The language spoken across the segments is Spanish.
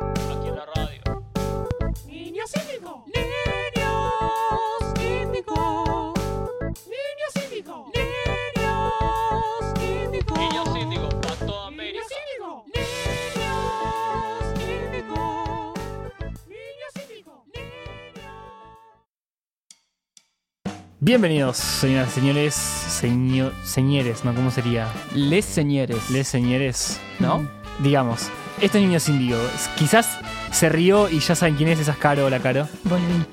aquí en la radio. niños índigo, niños índigo, niños índigo, niños índigo, Y yo sí digo, para toda América. niños índigo, niños índigo, niños índigo, Bienvenidos, señoras y señores, señor, señores, ¿no? ¿Cómo sería? Les señores. Les señores, ¿No? digamos. Este niño es indio. Es- Quizás se rió y ya saben quién es, esa es Caro, la Caro. Volví.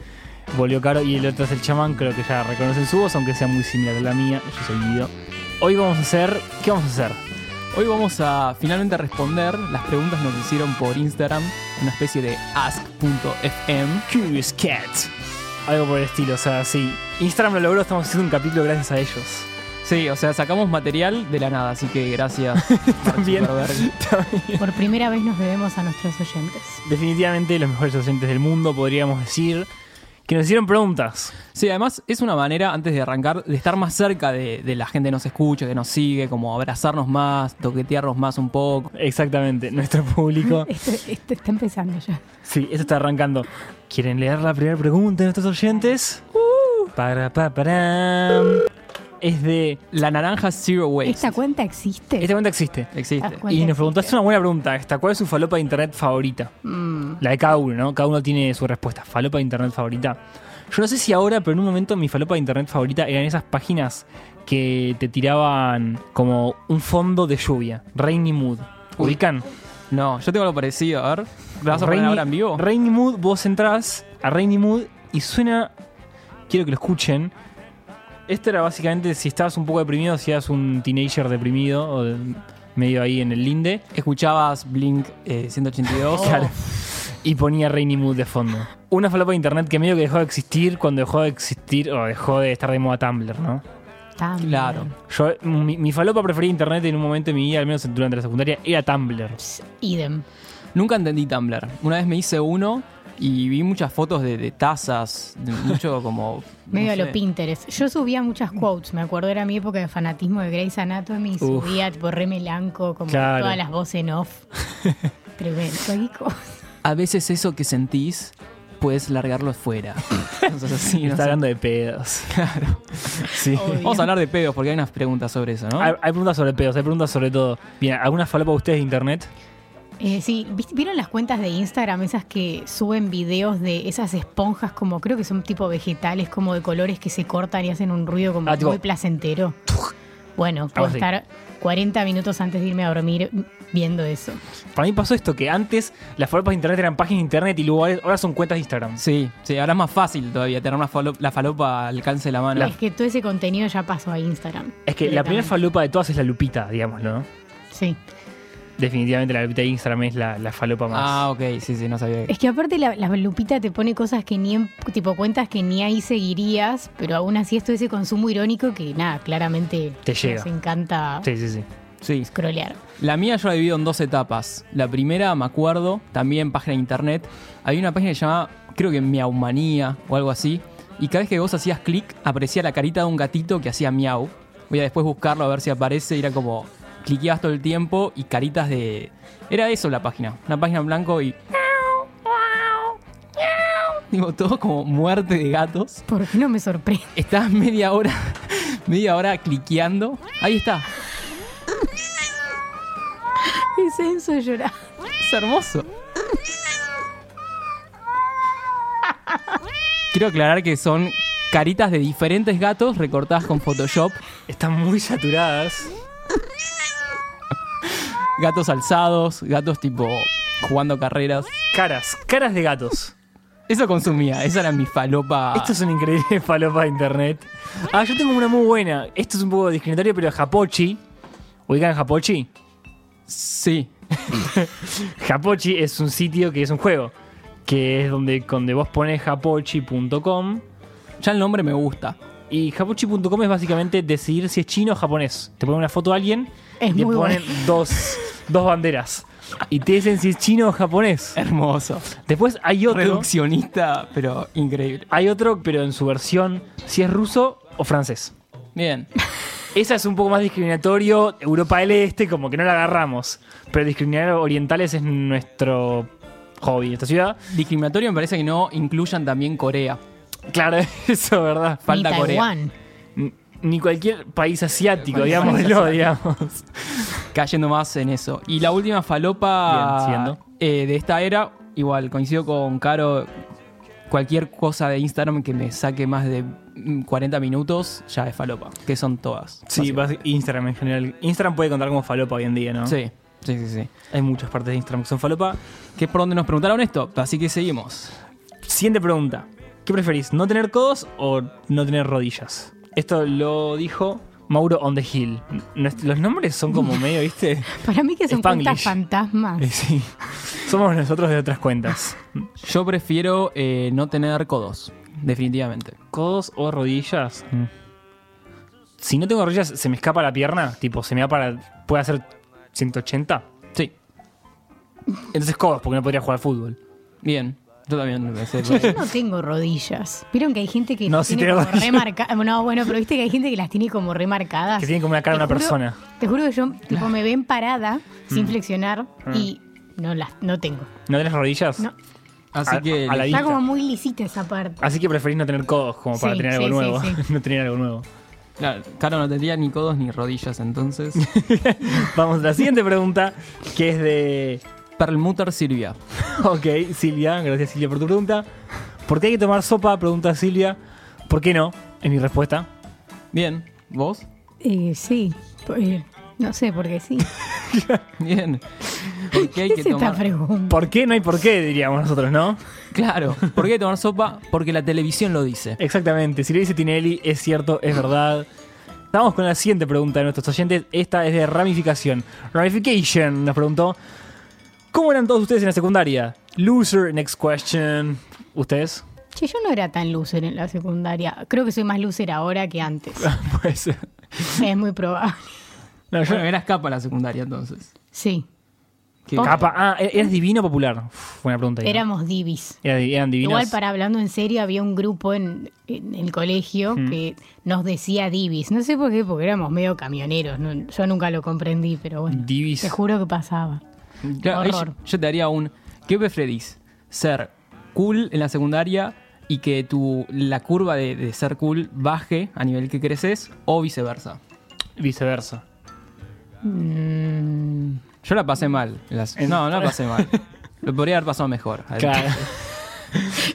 Volvió Caro y el otro es el chamán, creo que ya reconocen su voz, aunque sea muy similar a la mía. Yo soy Guido. Hoy vamos a hacer... ¿Qué vamos a hacer? Hoy vamos a finalmente responder las preguntas que nos hicieron por Instagram, una especie de ask.fm. Curious Cat. Algo por el estilo, o sea, sí. Instagram lo logró, estamos haciendo un capítulo gracias a ellos. Sí, o sea, sacamos material de la nada, así que gracias. Mark También. Zuckerberg. Por primera vez nos debemos a nuestros oyentes. Definitivamente los mejores docentes del mundo, podríamos decir, que nos hicieron preguntas. Sí, además es una manera, antes de arrancar, de estar más cerca de, de la gente que nos escucha, que nos sigue, como abrazarnos más, toquetearnos más un poco. Exactamente, nuestro público. Esto, esto Este, está empezando ya. Sí, esto está arrancando. ¿Quieren leer la primera pregunta de nuestros oyentes? Uh, para, pa, param. Es de. La naranja Zero Waste. ¿Esta cuenta existe? Esta cuenta existe. Existe. Y Cuenta nos existe. preguntaste una buena pregunta esta. ¿Cuál es su falopa de internet favorita? Mm, La de cada uno, ¿no? Cada uno tiene su respuesta. Falopa de internet favorita. Yo no sé si ahora, pero en un momento mi falopa de internet favorita eran esas páginas que te tiraban como un fondo de lluvia. Rainy Mood. Uy. Ubican. No, yo tengo lo parecido, a ver. ¿Lo vas a poner Rainy- ahora en vivo? Rainy Mood, vos entrás a Rainy Mood y suena. Quiero que lo escuchen. Esto era básicamente si estabas un poco deprimido, si eras un teenager deprimido, o de- medio ahí en el linde, Escuchabas Blink eh, 182. Claro. y ponía Rainy Mood de fondo. Una falopa de internet que medio que dejó de existir cuando dejó de existir o dejó de estar de moda Tumblr, ¿no? tan bien. Claro. Yo, mi, mi falopa preferida de internet en un momento de mi vida, al menos durante la secundaria, era Tumblr. Ps, idem. Nunca entendí Tumblr. Una vez me hice uno y vi muchas fotos de, de tazas, de mucho como. no Medio a sé. lo Pinterest. Yo subía muchas quotes, me acuerdo, era mi época de fanatismo de Grey's Anatomy. y Uf. Subía tipo re melanco, como Claro. todas las voces en off. Tremendo. Qué cosa. A veces eso que sentís, puedes largarlo afuera. Cosas así, no Está sé. hablando de pedos. Claro. Sí. Obvio. Vamos a hablar de pedos porque hay unas preguntas sobre eso, ¿no? Hay, hay preguntas sobre pedos, hay preguntas sobre todo. Bien, ¿alguna falopa de ustedes de internet? Eh, sí, ¿viste- ¿vieron las cuentas de Instagram, esas que suben videos de esas esponjas como, creo que son tipo vegetales, como de colores que se cortan y hacen un ruido como Ah, tipo- muy placentero? Bueno, puedo así. estar 40 minutos antes de irme a dormir viendo eso. Para mí pasó esto, que antes las falopas de internet eran páginas de internet y lugares, ahora son cuentas de Instagram. Sí, sí, ahora es más fácil todavía tener una falo- la falopa al alcance de la mano. Es que todo ese contenido ya pasó a Instagram. Ah. Es que la primera Directamente. falopa de todas es la lupita, digámoslo, ¿no? Sí. Definitivamente la lupita de Instagram es la, la falopa más. Ah, ok, sí, sí, no sabía. Es que aparte la, la lupita te pone cosas que ni, en- tipo cuentas que ni ahí seguirías, pero aún así es todo ese consumo irónico que nada, claramente Te llega. nos encanta Sí, sí, sí. Sí, scrollear. La mía yo la divido en dos etapas. La primera, me acuerdo, también página de internet. Había una página llamada, creo que Miaumanía o algo así. Y cada vez que vos hacías clic, aparecía la carita de un gatito que hacía miau. Voy a después buscarlo a ver si aparece. y Era como, cliqueabas todo el tiempo y caritas de... Era eso la página. Una página en blanco y... Digo, todo como muerte de gatos. ¿Por qué no me sorprende? Estás media hora, media hora cliqueando. Ahí está. Es Enzo llorar. Es hermoso. Quiero aclarar que son caritas de diferentes gatos recortadas con Photoshop. Están muy saturadas. Gatos alzados, gatos tipo jugando carreras. Caras, caras de gatos. Eso consumía, esa era mi falopa. Esto es una increíble falopa de internet. Ah, yo tengo una muy buena. Esto es un poco discriminatorio, pero Japochi. ¿Ubican Japochi? Sí, Japochi es un sitio que es un juego. Que es donde, donde vos pones japochi.com ya el nombre me gusta. Y japochi.com es básicamente decidir si es chino o japonés. Te ponen una foto a alguien Es y le muy ponen dos, dos banderas. Y te dicen si es chino o japonés. Hermoso. Después hay otro. Reduccionista, pero increíble. Hay otro, pero en su versión, si es ruso o francés. Bien. Esa es un poco más discriminatorio. Europa del Este, como que no la agarramos. Pero discriminar orientales es nuestro hobby, esta ciudad. Discriminatorio me parece que no incluyan también Corea. Claro, eso, ¿verdad? Ni Falta Corea. Taiwán. N- Ni cualquier país asiático, Cualquier país digámoslo, digamos. Cayendo más en eso. Y la última Bien, falopa siguiendo. eh, de esta era, igual coincido con Caro. Cualquier cosa de Instagram que me saque más de mm, 40 minutos ya es falopa, que son todas. Sí, básicamente. basi- Instagram en general. Instagram puede contar como falopa hoy en día, ¿no? Sí, sí, sí, sí. Hay muchas partes de Instagram que son falopa. Que es por donde nos preguntaron esto, así que seguimos. Siguiente pregunta. ¿Qué preferís, no tener codos o no tener rodillas? Esto lo dijo Mauro on the Hill. Nuest- Los nombres son como medio, ¿viste? Para mí que son cuentas Spanglish. fantasmas. Eh, Sí. Somos nosotros de otras cuentas. Yo prefiero eh, no tener codos, definitivamente. ¿Codos o rodillas? Mm. Si no tengo rodillas, ¿se me escapa la pierna? Tipo, ¿se me va para. ¿Puede hacer 180? Sí, Entonces codos, porque no podría jugar al fútbol. bien. Yo también me parece. Yo no tengo rodillas. Vieron que hay gente que No, las sí tiene tenés como rodillas. remarcadas. No, bueno, pero viste que hay gente que las tiene como remarcadas. Que tiene como una cara de Te una juro- persona. Mm. Te juro que yo tipo, me ven parada sin flexionar y no las no tengo. ¿No tenés rodillas? No. Así A- que. a la Está Lista. como muy lisita esa parte. Así que preferís no tener codos como para Sí, tener algo sí, sí, nuevo. sí. no tener algo nuevo. Claro, Caro no tendría ni codos ni rodillas, entonces. Vamos a la siguiente pregunta, que es de. Perlmutter Silvia. Ok, Silvia, gracias Silvia por tu pregunta. ¿Por qué hay que tomar sopa? Pregunta Silvia. ¿Por qué no? Es mi respuesta. Bien, ¿vos? Eh, sí. Eh, no sé, porque sí. Bien. ¿Por qué hay ¿Qué que es esta tomar? pregunta? ¿Por qué no hay por qué? Diríamos nosotros, ¿no? Claro, ¿por qué hay que tomar sopa? Porque la televisión lo Eh, dice. Exactamente. Si lo dice Tinelli, es cierto, es verdad. Estamos con la siguiente pregunta de nuestros oyentes. Esta es de ramificación. Ramification nos preguntó: ¿Cómo eran todos ustedes en la secundaria? Loser, next question. ¿Ustedes? Che, yo no era tan loser en la secundaria. Creo que soy más loser ahora que antes. pues. es muy probable. No, yo. Bueno, eras capa la secundaria entonces. Sí. Que- Capa. Ah, ¿e- ¿eras divino o popular? Uf, buena pregunta. ahí, ¿no? Éramos divis. Era- eran divinos. Igual para hablando en serio, había un grupo en, en el colegio que nos decía divis. No sé por qué, porque éramos medio camioneros. no- yo nunca lo comprendí, pero bueno. Divis. Te juro que pasaba. Claro, ahí Horror. yo, yo te haría un. ¿Qué preferís? ¿Ser cool en la secundaria y que tu, la curva de, de ser cool baje a nivel que creces o viceversa? Viceversa. Mm, Yo la pasé mal. en las- no, no la pasé mal. Lo podría haber pasado mejor. Claro.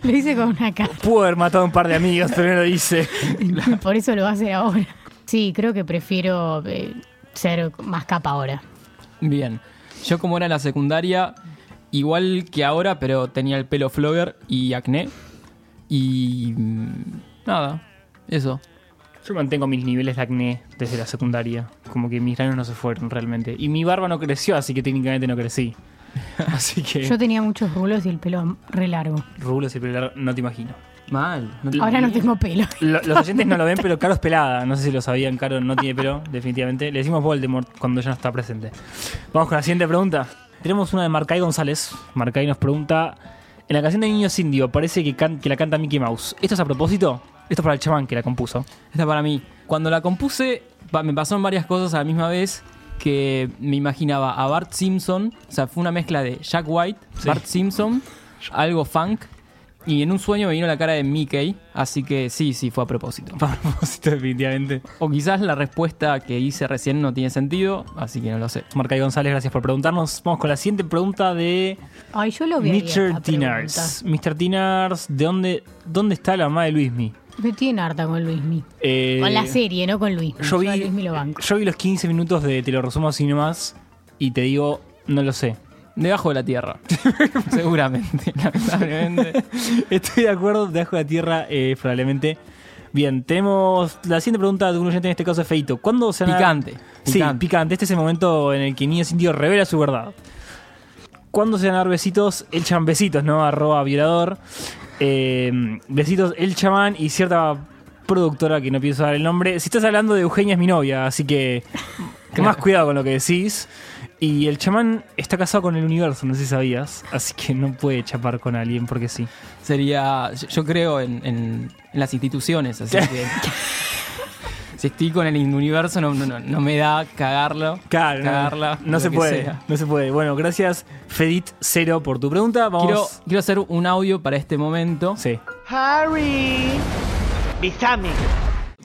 lo hice con una cara. Pudo haber matado a un par de amigos, pero no lo hice. Por eso lo hace ahora. Sí, creo que prefiero eh, ser más capa ahora. Bien. Yo como era en la secundaria, igual que ahora, pero tenía el pelo flogger y acné. Y... mm, Nada. Eso. Yo mantengo mis niveles de acné desde la secundaria. Como que mis granos no se fueron realmente. Y mi barba no creció, así que técnicamente no crecí. Así que. Yo tenía muchos rulos y el pelo re largo. Rulos y pelo largo, no te imagino. Mal. No te- Ahora no tengo pelo. Lo- los oyentes no lo ven, pero Caro es pelada. No sé si lo sabían, Caro no tiene pelo, definitivamente. Le decimos Voldemort cuando ya no está presente. Vamos con la siguiente pregunta. Tenemos una de Marcay González. Marcay nos pregunta: En la canción de Niños Indio parece que, can- que la canta Mickey Mouse. ¿Esto es a propósito? Esto es para el chamán que la compuso. Esta para mí. Cuando la compuse, pa- me pasaron varias cosas a la misma vez que me imaginaba a Bart Simpson. O sea, fue una mezcla de Jack White, Bart Simpson, algo funk. Y en un sueño me vino la cara de Mickey. Así que sí, sí, fue a propósito. A propósito, definitivamente. O quizás la respuesta que hice recién no tiene sentido, así que no lo sé. Marcay González, gracias por preguntarnos. Vamos con la siguiente pregunta de Ay, yo lo vi. Mr. Tinars. Mr. Tinars, ¿de dónde, dónde está la mamá de Luismi? Me tiene harta con Luismi. Eh, Con la serie, no con Luis. Yo vi, a Luismi lo banco. yo vi los 15 minutos de Te lo resumo así nomás y te digo, no lo sé. Debajo de la tierra. Seguramente, lamentablemente. Estoy de acuerdo, debajo de la tierra, eh, probablemente. Bien, tenemos la siguiente pregunta de un oyente, en este caso es Feito. ¿Cuándo se van a- Picante. Sí, picante. picante. Este es el momento en el que Niño Indio revela su verdad. ¿Cuándo se van a dar besitos? El besitos, ¿no? Arroba violador. Eh, besitos, el chamán y cierta productora que no pienso dar el nombre. Si estás hablando de Eugenia es mi novia, así que más cuidado con lo que decís. Y el chamán está casado con el universo, no sé si sabías. Así que no puede chapar con alguien porque sí. Sería. Yo creo en, en- en las instituciones, así que. Si estoy con el universo, no, no, no, no me da cagarlo. Claro, no, cagarla. no, lo se que puede. sea. No se puede. Bueno, gracias, Fedit Cero, por tu pregunta. Vamos. Quiero, quiero hacer un audio para este momento. Sí. Harry, besame.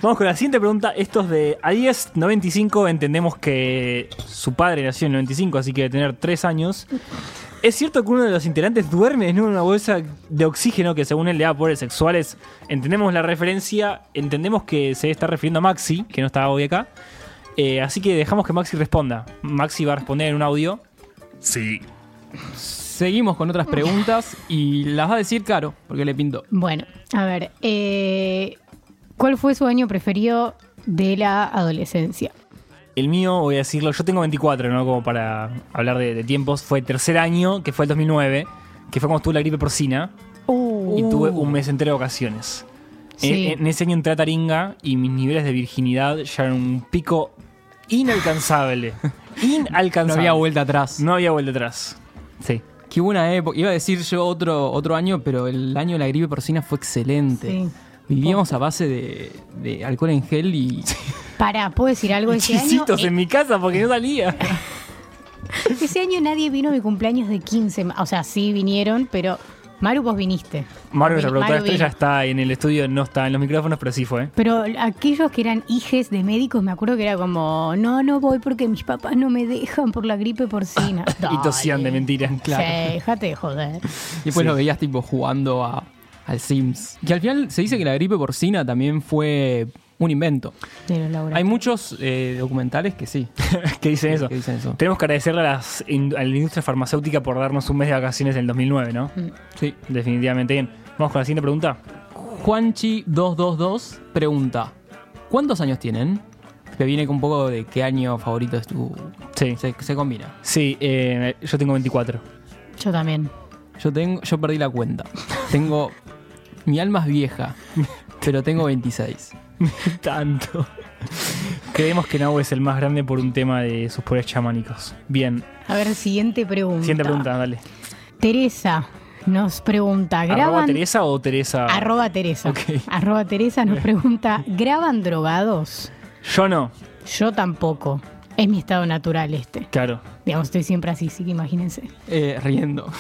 Vamos con la siguiente pregunta. Esto es de Adies 95. Entendemos que su padre nació en 95, así que debe tener 3 años. ¿Es cierto que uno de los integrantes duerme en una bolsa de oxígeno que según él le da poderes sexuales? Entendemos la referencia, entendemos que se está refiriendo a Maxi, que no estaba hoy acá. Eh, así que dejamos que Maxi responda. Maxi va a responder en un audio. Sí. Seguimos con otras preguntas y las va a decir Caro, porque le pintó. Bueno, a ver, eh, ¿cuál fue su año preferido de la adolescencia? El mío, voy a decirlo, yo tengo 24, ¿no? Como para hablar de, de tiempos. Fue tercer año, que fue el 2009, que fue cuando estuve la gripe porcina. y tuve un mes entero de vacaciones. Sí. En, en ese año entré a Taringa y mis niveles de virginidad ya eran un pico inalcanzable. No inalcanzable. había vuelta atrás. No había vuelta atrás. Sí. Qué buena época. Iba a decir yo otro, otro año, pero el año de la gripe porcina fue excelente. Sí. Vivíamos a base de, de alcohol en gel y. Pará, ¿puedo decir algo de ese año? Chisitos Eh, en mi casa porque no salía. Ese año nadie vino a mi cumpleaños de 15. O sea, sí vinieron, pero Maru, vos viniste. Maru, nuestra Maru productora estrella, vino. está en el estudio, no está en los micrófonos, pero sí fue. Pero aquellos que eran hijes de médicos, me acuerdo que era como, no, no voy porque mis papás no me dejan por la gripe porcina. Y tosían de Dale. mentira, claro. Sí, déjate de joder. Y después lo veías tipo jugando a, al Sims. Que al final se dice que la gripe porcina también fue un invento. De los laboratorios. Hay muchos eh, documentales que sí. que dicen eso. Que dicen eso. Tenemos que agradecerle a, las in- a la industria farmacéutica por darnos un mes de vacaciones en el 2009, ¿no? Sí. Definitivamente bien. Vamos con la siguiente pregunta. Juanchi222 pregunta: ¿Cuántos años tienen? Que viene con un poco de qué año favorito es tu. Sí. Se, se combina. Sí, eh, yo tengo 24. Yo también. Yo tengo, yo perdí la cuenta. Tengo. Mi alma es vieja, pero tengo 26. Tanto. Creemos que Nahu es el más grande por un tema de sus poderes chamánicos. Bien, A ver, siguiente pregunta. siguiente pregunta, dale. Teresa nos pregunta, ¿Arroba ¿graban? Teresa o Teresa? Arroba Teresa. Ok. Arroba Teresa nos pregunta, ¿graban drogados? Yo no, Yo tampoco. Es mi estado natural este. claro. Digamos, estoy siempre así, sí que imagínense. Eh, riendo.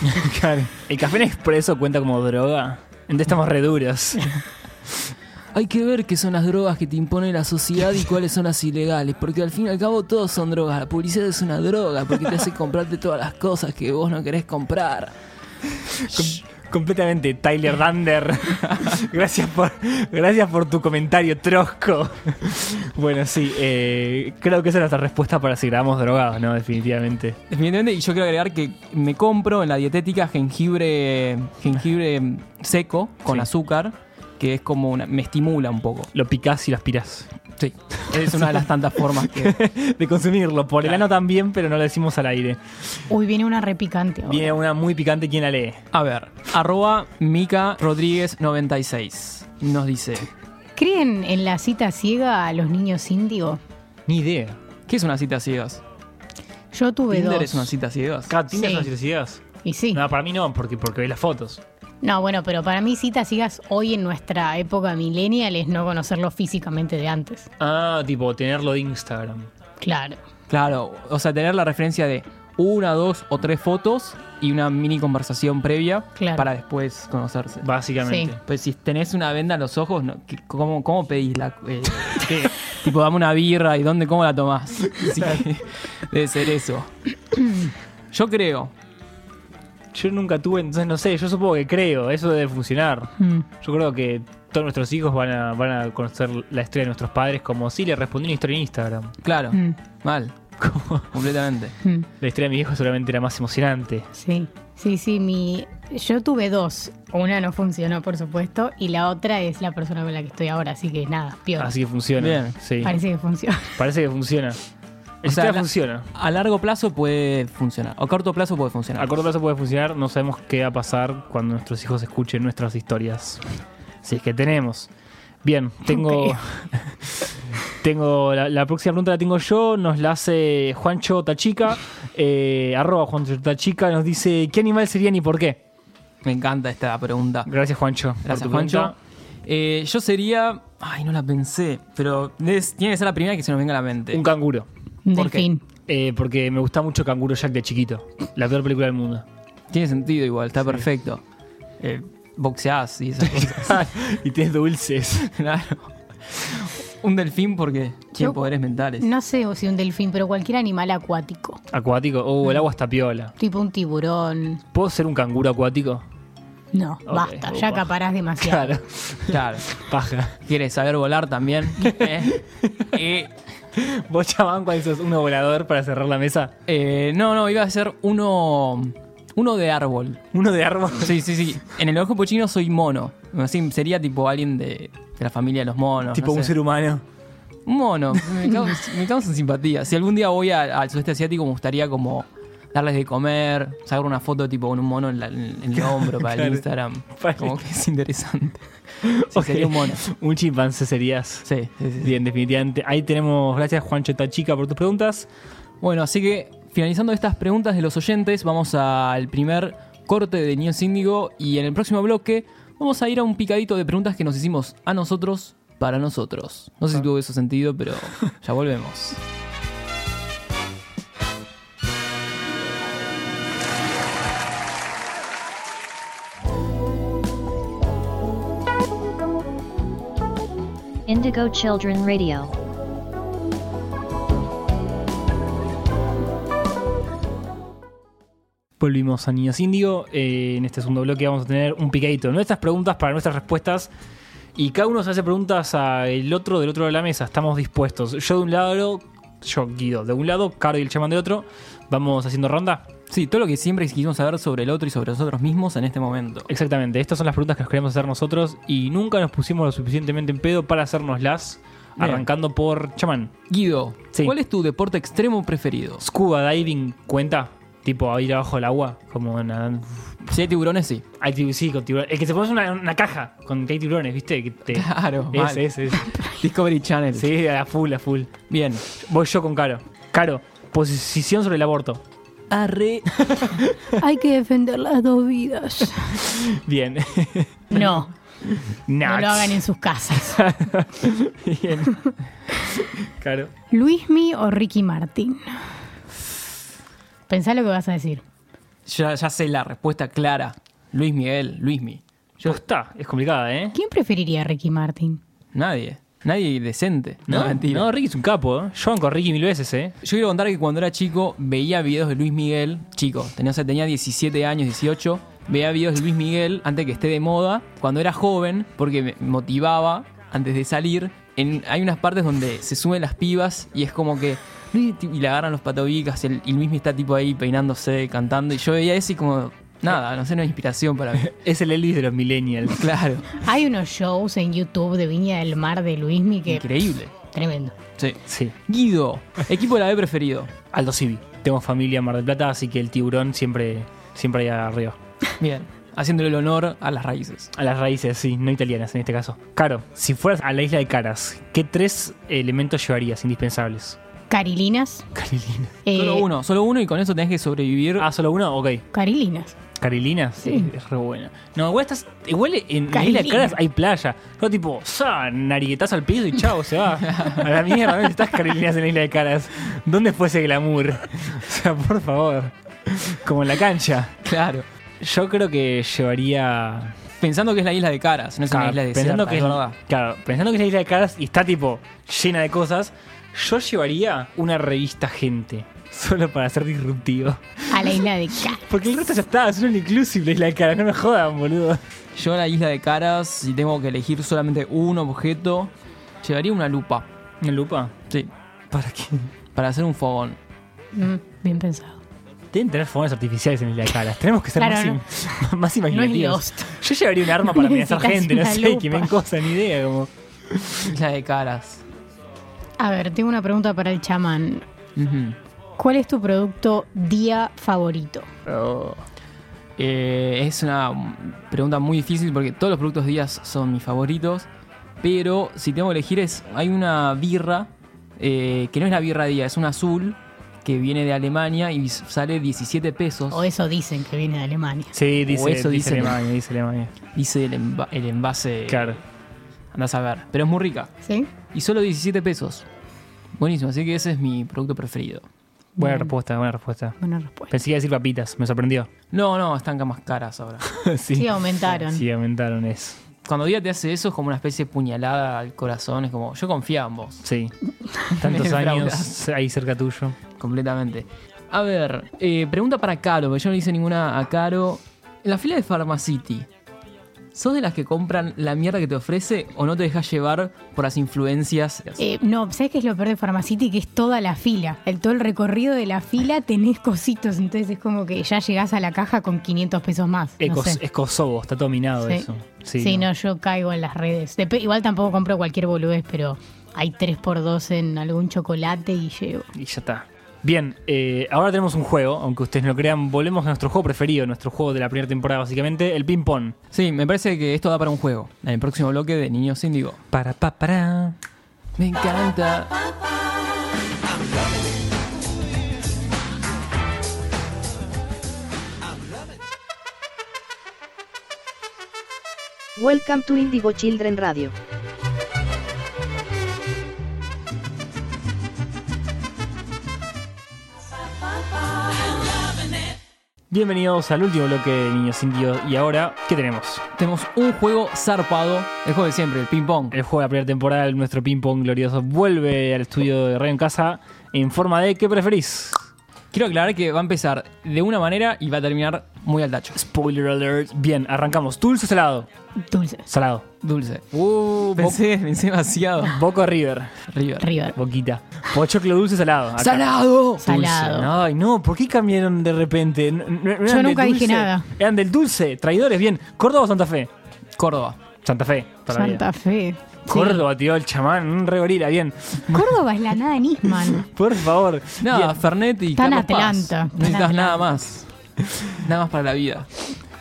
¿El café en expreso cuenta como droga? Entonces estamos re duros. Hay que ver qué son las drogas que te impone la sociedad y cuáles son las ilegales, porque al fin y al cabo todos son drogas. La publicidad es una droga porque te hace comprarte todas las cosas que vos no querés comprar. Com- completamente, Tyler Dunder. gracias, por, gracias por tu comentario, Trosco. bueno, sí, eh, creo que esa es nuestra respuesta para si grabamos drogados, ¿no? Definitivamente. Definitivamente, y yo quiero agregar que me compro en la dietética jengibre, jengibre seco con Sí. azúcar, que es como una. me estimula un poco. Lo picás y lo aspirás. Sí. Es una de las tantas formas que. de consumirlo. Por el ano también, pero no lo decimos al aire. Uy, viene una repicante ahora. Viene una muy picante, ¿quién la lee? A ver, arroba Mica Rodríguez 96 nos dice. ¿Creen en la cita ciega a los niños índigo? Ni idea. ¿Qué es una cita a ciegas? Yo tuve ¿Tinder dos. es una cita a ciegas? ¿Tienes Sí. las necesidades? Y sí. No. No, para mí no, porque, porque ves las fotos. bueno, pero para mí citas ciegas hoy en nuestra época millennial es no conocerlo físicamente de antes. Ah, tipo, tenerlo de Instagram. Claro. Claro, o sea, tener la referencia de una, dos o tres fotos y una mini conversación previa Claro. para después conocerse. Básicamente. Sí. Pues si tenés una venda en los ojos, no, ¿qué- ¿cómo, cómo pedís la.? eh, qué? tipo, dame una birra y dónde, cómo la tomás. Sí, debe ser eso. Yo creo. Yo nunca tuve, entonces no sé, yo supongo que creo, eso debe funcionar. Mm. Yo creo que todos nuestros hijos van a, van a conocer la historia de nuestros padres como si le respondí una historia en Instagram. Claro, Mm. mal. Completamente. Mm. La historia de mi hijo seguramente era más emocionante. Sí, sí, sí, mi... yo tuve dos. Una no funcionó, por supuesto, y la otra es la persona con la que estoy ahora, así que nada, peor. Así que funciona. Bien. Sí. Parece, Parece que funciona. que funciona. El O sea, sistema la- funciona. A largo plazo puede funcionar. A corto plazo puede A funcionar. corto plazo puede funcionar, no sabemos qué va a pasar cuando nuestros hijos escuchen nuestras historias. Si es que tenemos. Bien, tengo. Ok. tengo la, la próxima pregunta la tengo yo, nos la hace Juancho Tachica, eh, arroba Juancho Tachica, nos dice: ¿Qué animal serían y por qué? Me encanta esta pregunta. Gracias, Juancho. por Gracias, tu Juancho. pregunta. Eh, yo sería. Ay, no la pensé. Pero es- tiene que ser la primera que se nos venga a la mente. Un canguro. Un ¿Por qué? delfín. Eh, porque me gusta mucho Canguro Jack de chiquito. La peor película del mundo. Tiene sentido igual, está perfecto. Eh, boxeás y esas cosas. y tienes dulces. claro. Un delfín porque tiene Yo- poderes mentales. No sé si un delfín, pero cualquier animal acuático. Acuático. Oh, el agua está piola. Tipo un tiburón. ¿Puedo ser un canguro acuático? No, Ok, basta, opa. ya acaparás demasiado. Claro. Paja. ¿Quieres saber volar también? Eh, eh, ¿Vos, chabán, cuál sos? ¿Uno volador para cerrar la mesa? eh, no, no, iba a ser uno. Uno de árbol. ¿Uno de árbol? Sí, sí, sí. En el ojo pochino soy mono. Así sería tipo alguien de, de la familia de los monos. tipo no un sé. ser humano. Un mono. Me causa- me causan simpatía. Si algún día voy a- al sudeste asiático, me gustaría como darles de comer, sacar una foto tipo con un mono en, la- en el hombro para el Claro. Instagram. Para Como el- que es interesante. Sí, Ok. Sería un mono. Un chimpancé serías. Sí, sí, sí. Bien, definitivamente. Ahí tenemos. Gracias, Juancho Tachica, por tus preguntas. Bueno, así que finalizando estas preguntas de los oyentes, vamos al primer corte de Niños Índigo y en el próximo bloque vamos a ir a un picadito de preguntas que nos hicimos a nosotros para nosotros. No Ah. sé si tuvo eso sentido, pero ya volvemos. Indigo Children Radio. Volvimos a Niños Índigo. Eh, en este segundo bloque vamos a tener un picadito. Nuestras preguntas para nuestras respuestas. Y cada uno se hace preguntas al otro del otro lado de la mesa. Estamos dispuestos. Yo de un lado, yo Guido de un lado, Caro y el chamán del otro. Vamos haciendo ronda. Sí, todo lo que siempre quisimos saber sobre el otro y sobre nosotros mismos en este momento. Exactamente. Estas son las preguntas que nos queremos hacer nosotros. Y nunca nos pusimos lo suficientemente en pedo para hacérnoslas. Bien. Arrancando por chamán. Guido, Sí. ¿cuál es tu deporte extremo preferido? Scuba diving cuenta. Tipo ir abajo del agua. Como nadando. Si hay tiburones, sí. Hay tibu- sí, con tiburones. Es que te pones una, una caja con que hay tiburones, ¿viste? Que te- Claro, mal. Ese, ese, ese. Discovery Channel. Sí, a full, a full. Bien. Voy yo con Caro. Caro, posición sobre el aborto. Arre. Hay que defender las dos vidas. Bien. No, no Nats. lo hagan en sus casas. Bien. Caro. ¿Luismi o Ricky Martín? Pensá lo que vas a decir. Ya, ya sé la respuesta clara. Luis Miguel, Luismi. Yo está, es complicada, ¿eh? ¿Quién preferiría a Ricky Martín? Nadie. Nadie decente. No, mentira. No, Ricky es un capo, ¿eh? Yo banco a Ricky mil veces, ¿eh? Yo quiero contar que cuando era chico veía videos de Luis Miguel. Chico, tenía, o sea, tenía 17 años, 18. Veía videos de Luis Miguel antes que esté de moda. Cuando era joven, porque me motivaba antes de salir. En, hay unas partes donde se suben las pibas y es como que. "Luis", Y le agarran los patobicas y, el- y Luis me está tipo ahí peinándose, cantando. Y yo veía eso y como. Nada, no sé, no es inspiración para mí. Es el Elvis de los millennials. Claro, Hay unos shows en YouTube de Viña del Mar de Luismi que... increíble. Tremendo. Sí. Sí. Guido, equipo de la B preferido. Aldo Civi. Tengo familia en Mar del Plata, así que el tiburón siempre, siempre ahí arriba. Bien, haciéndole el honor a las raíces. A las raíces, sí, no italianas en este caso. Caro, si fueras a la isla de Caras, ¿qué tres elementos llevarías indispensables? Carilinas. Carilinas. eh, Solo uno, solo uno y con eso tenés que sobrevivir. Ah, solo uno, ok. Carilinas. Carilina, sí, es re buena. No, igual, estás, igual en la Isla Carilina. de Caras hay playa. Todo tipo, sa, nariguetazo al piso y chao, se va. A la mierda, ¿dónde estás Carilinas en la Isla de Caras? ¿Dónde fue ese glamour? O sea, por favor. Como en la cancha. Claro. Yo creo que llevaría. Pensando que es la isla de caras, no es una Claro, isla de pensando que es es, verdad. claro, pensando que es la Isla de Caras y está tipo llena de cosas, yo llevaría una revista Gente. Solo para ser disruptivo. A la isla de Car. Porque el resto ya está, es un inclusive la Isla de Caras, no me jodan, boludo. Yo a la isla de caras, si tengo que elegir solamente un objeto, llevaría una lupa. ¿Una lupa? Sí. ¿Para qué? Para hacer un fogón. Mm, bien pensado. Deben tener fogones artificiales en Isla de Caras. Tenemos que ser Claro, más, no. im- más No es imaginativos. Lost. Yo llevaría un arma para amenazar Necesitas gente, no una sé, que lupa. me den cosa, ni idea. Como... Isla de caras. A ver, tengo una pregunta para el chamán. Ujú. ¿Cuál es tu producto día favorito? Oh. Eh, es una pregunta muy difícil porque todos los productos días son mis favoritos. Pero si tengo que elegir, es, hay una birra eh, que no es la birra día, es una azul que viene de Alemania y sale 17 pesos. O eso dicen que viene de Alemania. Sí, dice, eso dice dicen. Alemania, dice Alemania. Dice el, enva- el envase Claro. Andás a ver. Pero es muy rica. ¿Sí? Y solo 17 pesos. Buenísimo, así que ese es mi producto preferido. Mm. Buena respuesta, buena respuesta. Buena respuesta. Pensé que iba a decir papitas, me sorprendió. No, no, están ca- más caras ahora. sí, Sí, aumentaron. Sí, aumentaron eso. Cuando Día te hace eso es como una especie de puñalada al corazón, es como, yo confiaba en vos, Sí. Tantos Me años defraudas. ahí cerca tuyo. completamente. A ver, eh, pregunta para Caro, porque yo no le hice ninguna a Caro. En la fila de Pharmacity, ¿sos de las que compran la mierda que te ofrece o no te dejas llevar por las influencias? Eh, no, ¿sabes qué es lo peor de Pharmacity? Que es toda la fila. El, todo el recorrido de la fila tenés cositos. Entonces es como que ya llegás a la caja con 500 pesos más. No Ecos- sé. Es Kosovo, está todo minado Sí. eso. Sí, no. yo caigo en las redes. Dep- igual tampoco compro cualquier boludez, pero hay 3x2 en algún chocolate y llego. Y ya está. Bien, eh, ahora tenemos un juego, aunque ustedes no lo crean, volvemos a nuestro juego preferido, nuestro juego de la primera temporada básicamente, el ping-pong. Sí, me parece que esto da para un juego, en el próximo bloque de Niños Índigo. Para, pa, para. Me encanta. Welcome to Indigo Children Radio. Bienvenidos al último bloque de Niños Indios. Y ahora, ¿qué tenemos? Tenemos un juego zarpado, el juego de siempre, el ping-pong. El juego de la primera temporada, el- nuestro ping-pong glorioso, vuelve al estudio de Radio en Casa en forma de ¿qué preferís? Quiero aclarar que va a empezar de una manera y va a terminar muy al tacho. Spoiler alert. Bien, arrancamos. ¿Dulce o salado? Dulce. Salado. Dulce. Uh, Pensé, pensé demasiado. Boca River. River. River. Boquita. Pochoclo dulce o salado. Acá. ¡Salado! Salado. Dulce. Ay, no, ¿por qué cambiaron de repente? No- no- no eran Yo del nunca dije dulce, nada. Eran del dulce, traidores, bien. ¿Córdoba o Santa Fe? Córdoba. Santa Fe, toda la vida. Santa Fe. Sí. Córdoba, tío, el chamán, un re gorila, bien. Córdoba es la nada Nisman. Por favor. Nada, Bien. Fernet y Tan Carlos Paz. Atlanta. No necesitas Tan nada más. Nada más para la vida.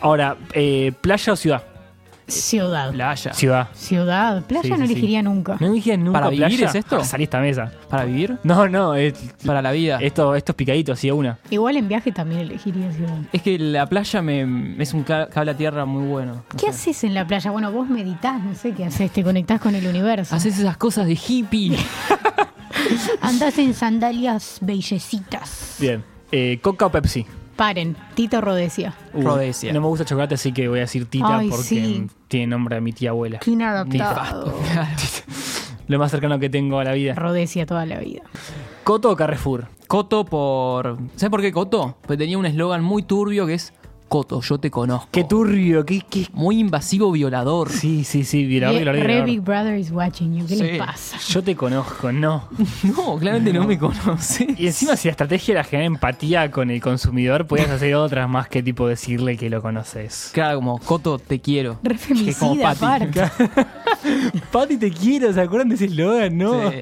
Ahora, eh, ¿playa o ciudad? Ciudad. La Haya. Ciudad. Ciudad. Playa Sí, no sí, sí. elegiría nunca. ¿No dije nunca ¿Para vivir playa? Ah, es esto? Salí esta mesa. ¿Para vivir? No, no, es- Para la vida. Es, esto, estos picaditos, sí, a una. Igual en viaje también elegiría ciudad. que la playa me, es un ca- cable a tierra muy bueno. ¿Qué haces en la playa? Bueno, vos meditas, no sé qué haces, te conectás con el Ah, universo. Haces esas cosas de hippie. Andás en sandalias bellecitas. Bien. Eh, ¿Coca o Pepsi? Paren, Tito Rodesia. Uh, Rodesia. No me gusta chocolate, así que voy a decir Tita Ay, porque sí. tiene nombre de mi tía abuela. Qué inadaptado. Lo más cercano que tengo a la vida. Rodesia toda la vida. ¿Coto o Carrefour? Coto por. ¿Sabes por qué Coto? Pues tenía un eslogan muy turbio que es Coto, yo te conozco. Qué turbio, qué, qué- Muy invasivo violador. Sí, sí, sí, violador, Re- violador, Re violador. Big Brother is watching you. ¿Qué Sí. les pasa? Yo te conozco, no. No, claramente no, me conoce. Y encima, si la estrategia era generar empatía con el consumidor, podías hacer otras más que tipo decirle que lo conoces. Claro, como Coto, te quiero. Re femicida, Patty. aparte. Pati, te quiero, ¿se acuerdan de ese eslogan, no? Sí.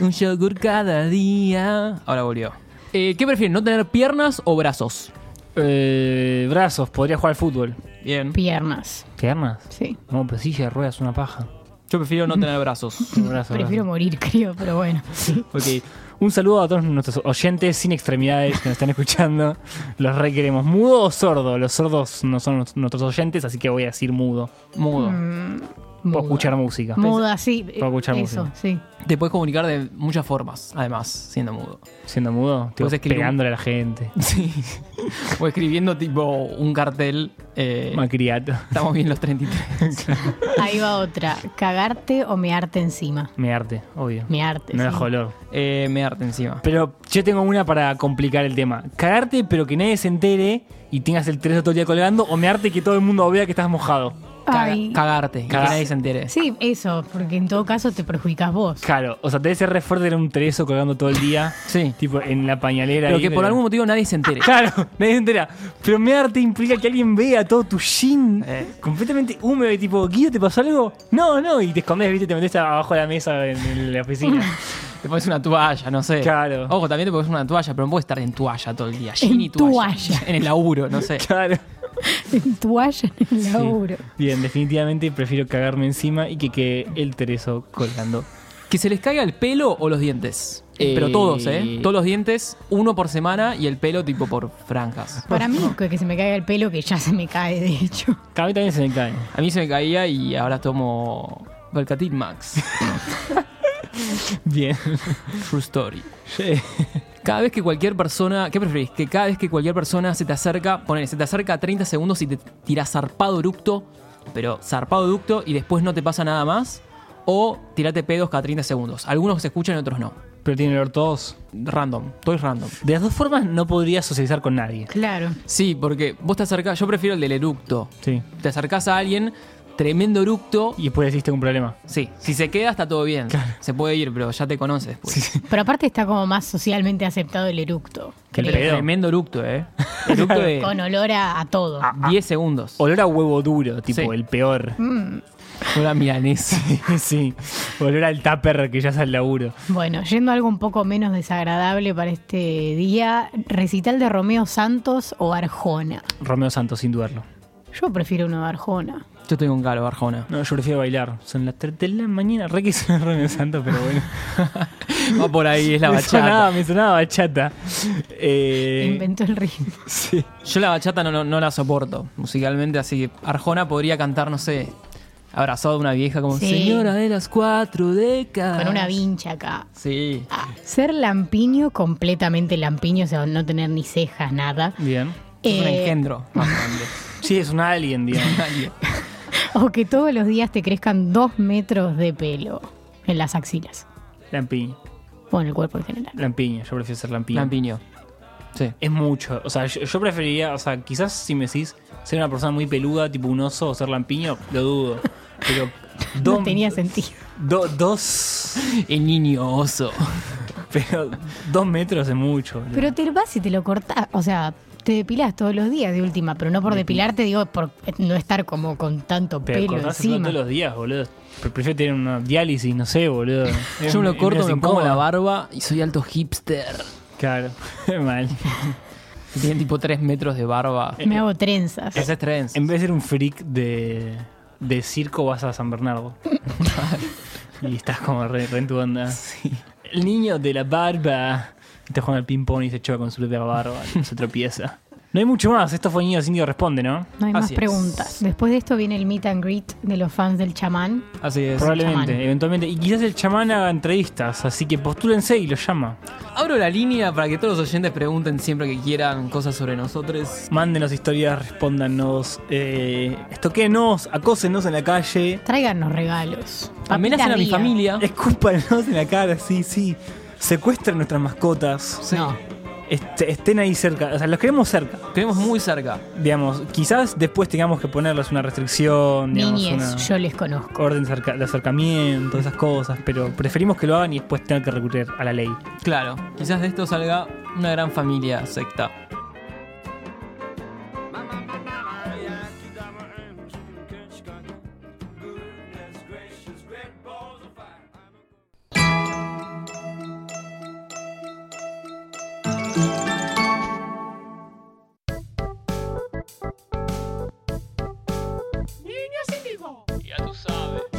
Un yogur cada día. Ahora volvió. Eh, ¿Qué prefieren, no tener piernas o brazos? Eh, brazos, podría jugar al fútbol. Bien. Piernas, ¿Piernas? sí. No, pero silla de ruedas, una paja. Yo prefiero no tener brazos. Un brazo, Prefiero morir, creo, pero bueno. brazo. Ok. Un saludo a todos nuestros oyentes sin extremidades que nos están escuchando. Los re queremos. ¿Mudo o sordo? Los sordos no son nos- nuestros oyentes, así que voy a decir mudo. Mudo. O Muda. escuchar música. Muda, sí. Puedo escuchar Eso, música. sí. Te puedes comunicar de muchas formas, además, siendo mudo. Siendo mudo, tipo, Puedes escribir un- pegándole a la gente. Sí. o escribiendo tipo un cartel. eh, Macriato. estamos bien los 33. Ahí va otra. Cagarte o mearte encima. Me arte, obvio. Mearte. no sí. es color. eh, me arte encima. Pero yo tengo una para complicar el tema. Cagarte, pero que nadie se entere y tengas el teléfono todo el día colgando, o mearte y que todo el mundo vea que estás mojado. Caga- Ay. cagarte. y Que Cagar- nadie se entere. Sí, eso, porque en todo caso te perjudicas vos. Claro, o sea, debe ser re fuerte tener un teléfono colgando todo el día. Sí. Tipo en la pañalera. Pero ahí, que por algún motivo nadie se entere. Claro, nadie se entera. Pero mearte implica que alguien vea todo tu jean Eh. completamente húmedo y tipo, Guido, ¿te pasó algo? No, no, y te escondés, viste, te metes abajo de la mesa en, en la oficina. Te pones una toalla, no sé. Claro. Ojo, también te pones una toalla, pero no puedes estar en toalla todo el día. Jean En y toalla. toalla. En el laburo, no sé. claro. En toalla, en el Sí. laburo. Bien, definitivamente prefiero cagarme encima y que quede el tereso colgando. Que se les caiga el pelo o los dientes. Eh, Pero todos, ¿eh? Todos los dientes, uno por semana y el pelo tipo por franjas. Para mí, que que se me caiga el pelo, que ya se me cae, de hecho. A mí también se me cae. A mí se me caía y ahora tomo Valcatil Max. Bien. True story. Sí. Cada vez que cualquier persona. ¿Qué preferís? Que cada vez que cualquier persona se te acerca. Ponele, se te acerca a 30 segundos y te tira zarpado eructo. Pero zarpado eructo y después no te pasa nada más. O tirate pedos cada 30 segundos. Algunos se escuchan y otros no. Pero tiene olor todos. Random. Todo es random. De las dos formas no podría socializar con nadie. Claro. Sí, porque vos te acercás. Yo prefiero el del eructo. Sí. Te acercás a alguien, tremendo eructo. Y después decís tengo un problema. Sí, si se queda está todo bien. Se puede ir, pero ya te pues. conoce después. Pero aparte está como más socialmente aceptado el eructo. Que el creo. pedo. Tremendo eructo, ¿eh? Eructo de Con olor a, a todo. Ah, 10 segundos. Olor a huevo duro, tipo Sí. el peor. Mm. Hola, milanesa. sí. Olor al tupper que ya es al laburo. Bueno, yendo a algo un poco menos desagradable para este día, recital de Romeo Santos o Arjona. Romeo Santos, sin dudarlo. Yo prefiero uno de Arjona. Yo estoy con Galo, Arjona. No, yo prefiero bailar. Son las 3 de la mañana. Re que suena Romeo Santos, pero bueno. Va por ahí, es la me bachata. sonaba, me sonaba bachata. Eh, Inventó el ritmo. sí. Yo la bachata no, no, no la soporto musicalmente, así que Arjona podría cantar, no sé, abrazado de una vieja como Sí. Señora eh". de las cuatro décadas. Con Ah. una vincha acá. Sí. Ah, Ser lampiño, completamente lampiño, o sea, no tener ni cejas, nada. Bien. Es un Eh, engendro. más grande. Sí, es un alien, digamos. Nadie. O que todos los días te crezcan dos metros de pelo en las axilas. Lampiño. O en el cuerpo en general. Lampiño, yo prefiero ser lampiño. Lampiño. Sí. Es mucho. O sea, yo, yo preferiría, o sea, quizás si me decís ser una persona muy peluda, tipo un oso o ser lampiño, lo dudo. Pero dos. No tenía sentido. do- dos. El niño oso. Pero dos metros es mucho. boludo. Pero te vas y te lo cortás. O sea, te depilás todos los días de última, pero no por depilarte, digo, por no estar como con tanto Pero pelo cortarse todo- encima. todos los días, boludo. Pre- Prefiero tener una diálisis, no sé, boludo. Es- Yo me es lo corto, menos me pongo incómodo. la barba y soy alto hipster. Claro, mal. Que Tienen tipo 3 metros de barba. Me hago trenzas. Haces trends. Eh, En vez de ser un freak de, de circo, vas a San Bernardo. y estás como re, re en tu onda. El niño de la barba está jugando al ping-pong y se choca con su propia barba. se tropieza. No hay mucho más. Esto fue Niños Indio Responde, ¿no? No hay más Así es. preguntas. Después de esto viene el meet and greet de los fans del chamán. Así es. Probablemente, chamán. eventualmente. Y quizás el chamán haga entrevistas. Así que postúlense y lo llama. Abro la línea para que todos los oyentes pregunten siempre que quieran cosas sobre nosotros. Mándenos historias, respóndanos. Eh, estoquenos, acósenos en la calle. Tráiganos regalos. Amenacen a mi Papitas familia. Escúpanos en la cara, sí, sí. Secuestren nuestras mascotas. Díaz. No. Este- estén ahí cerca, o sea, los queremos cerca. Queremos muy cerca. Digamos, quizás después tengamos que ponerles una restricción, digamos, Niñez, una yo les conozco. orden cerca- de acercamiento, esas cosas, pero preferimos que lo hagan y después tengan que recurrir a la ley. Claro, quizás de esto salga una gran familia secta. Niños índigo, Ya tú sabes.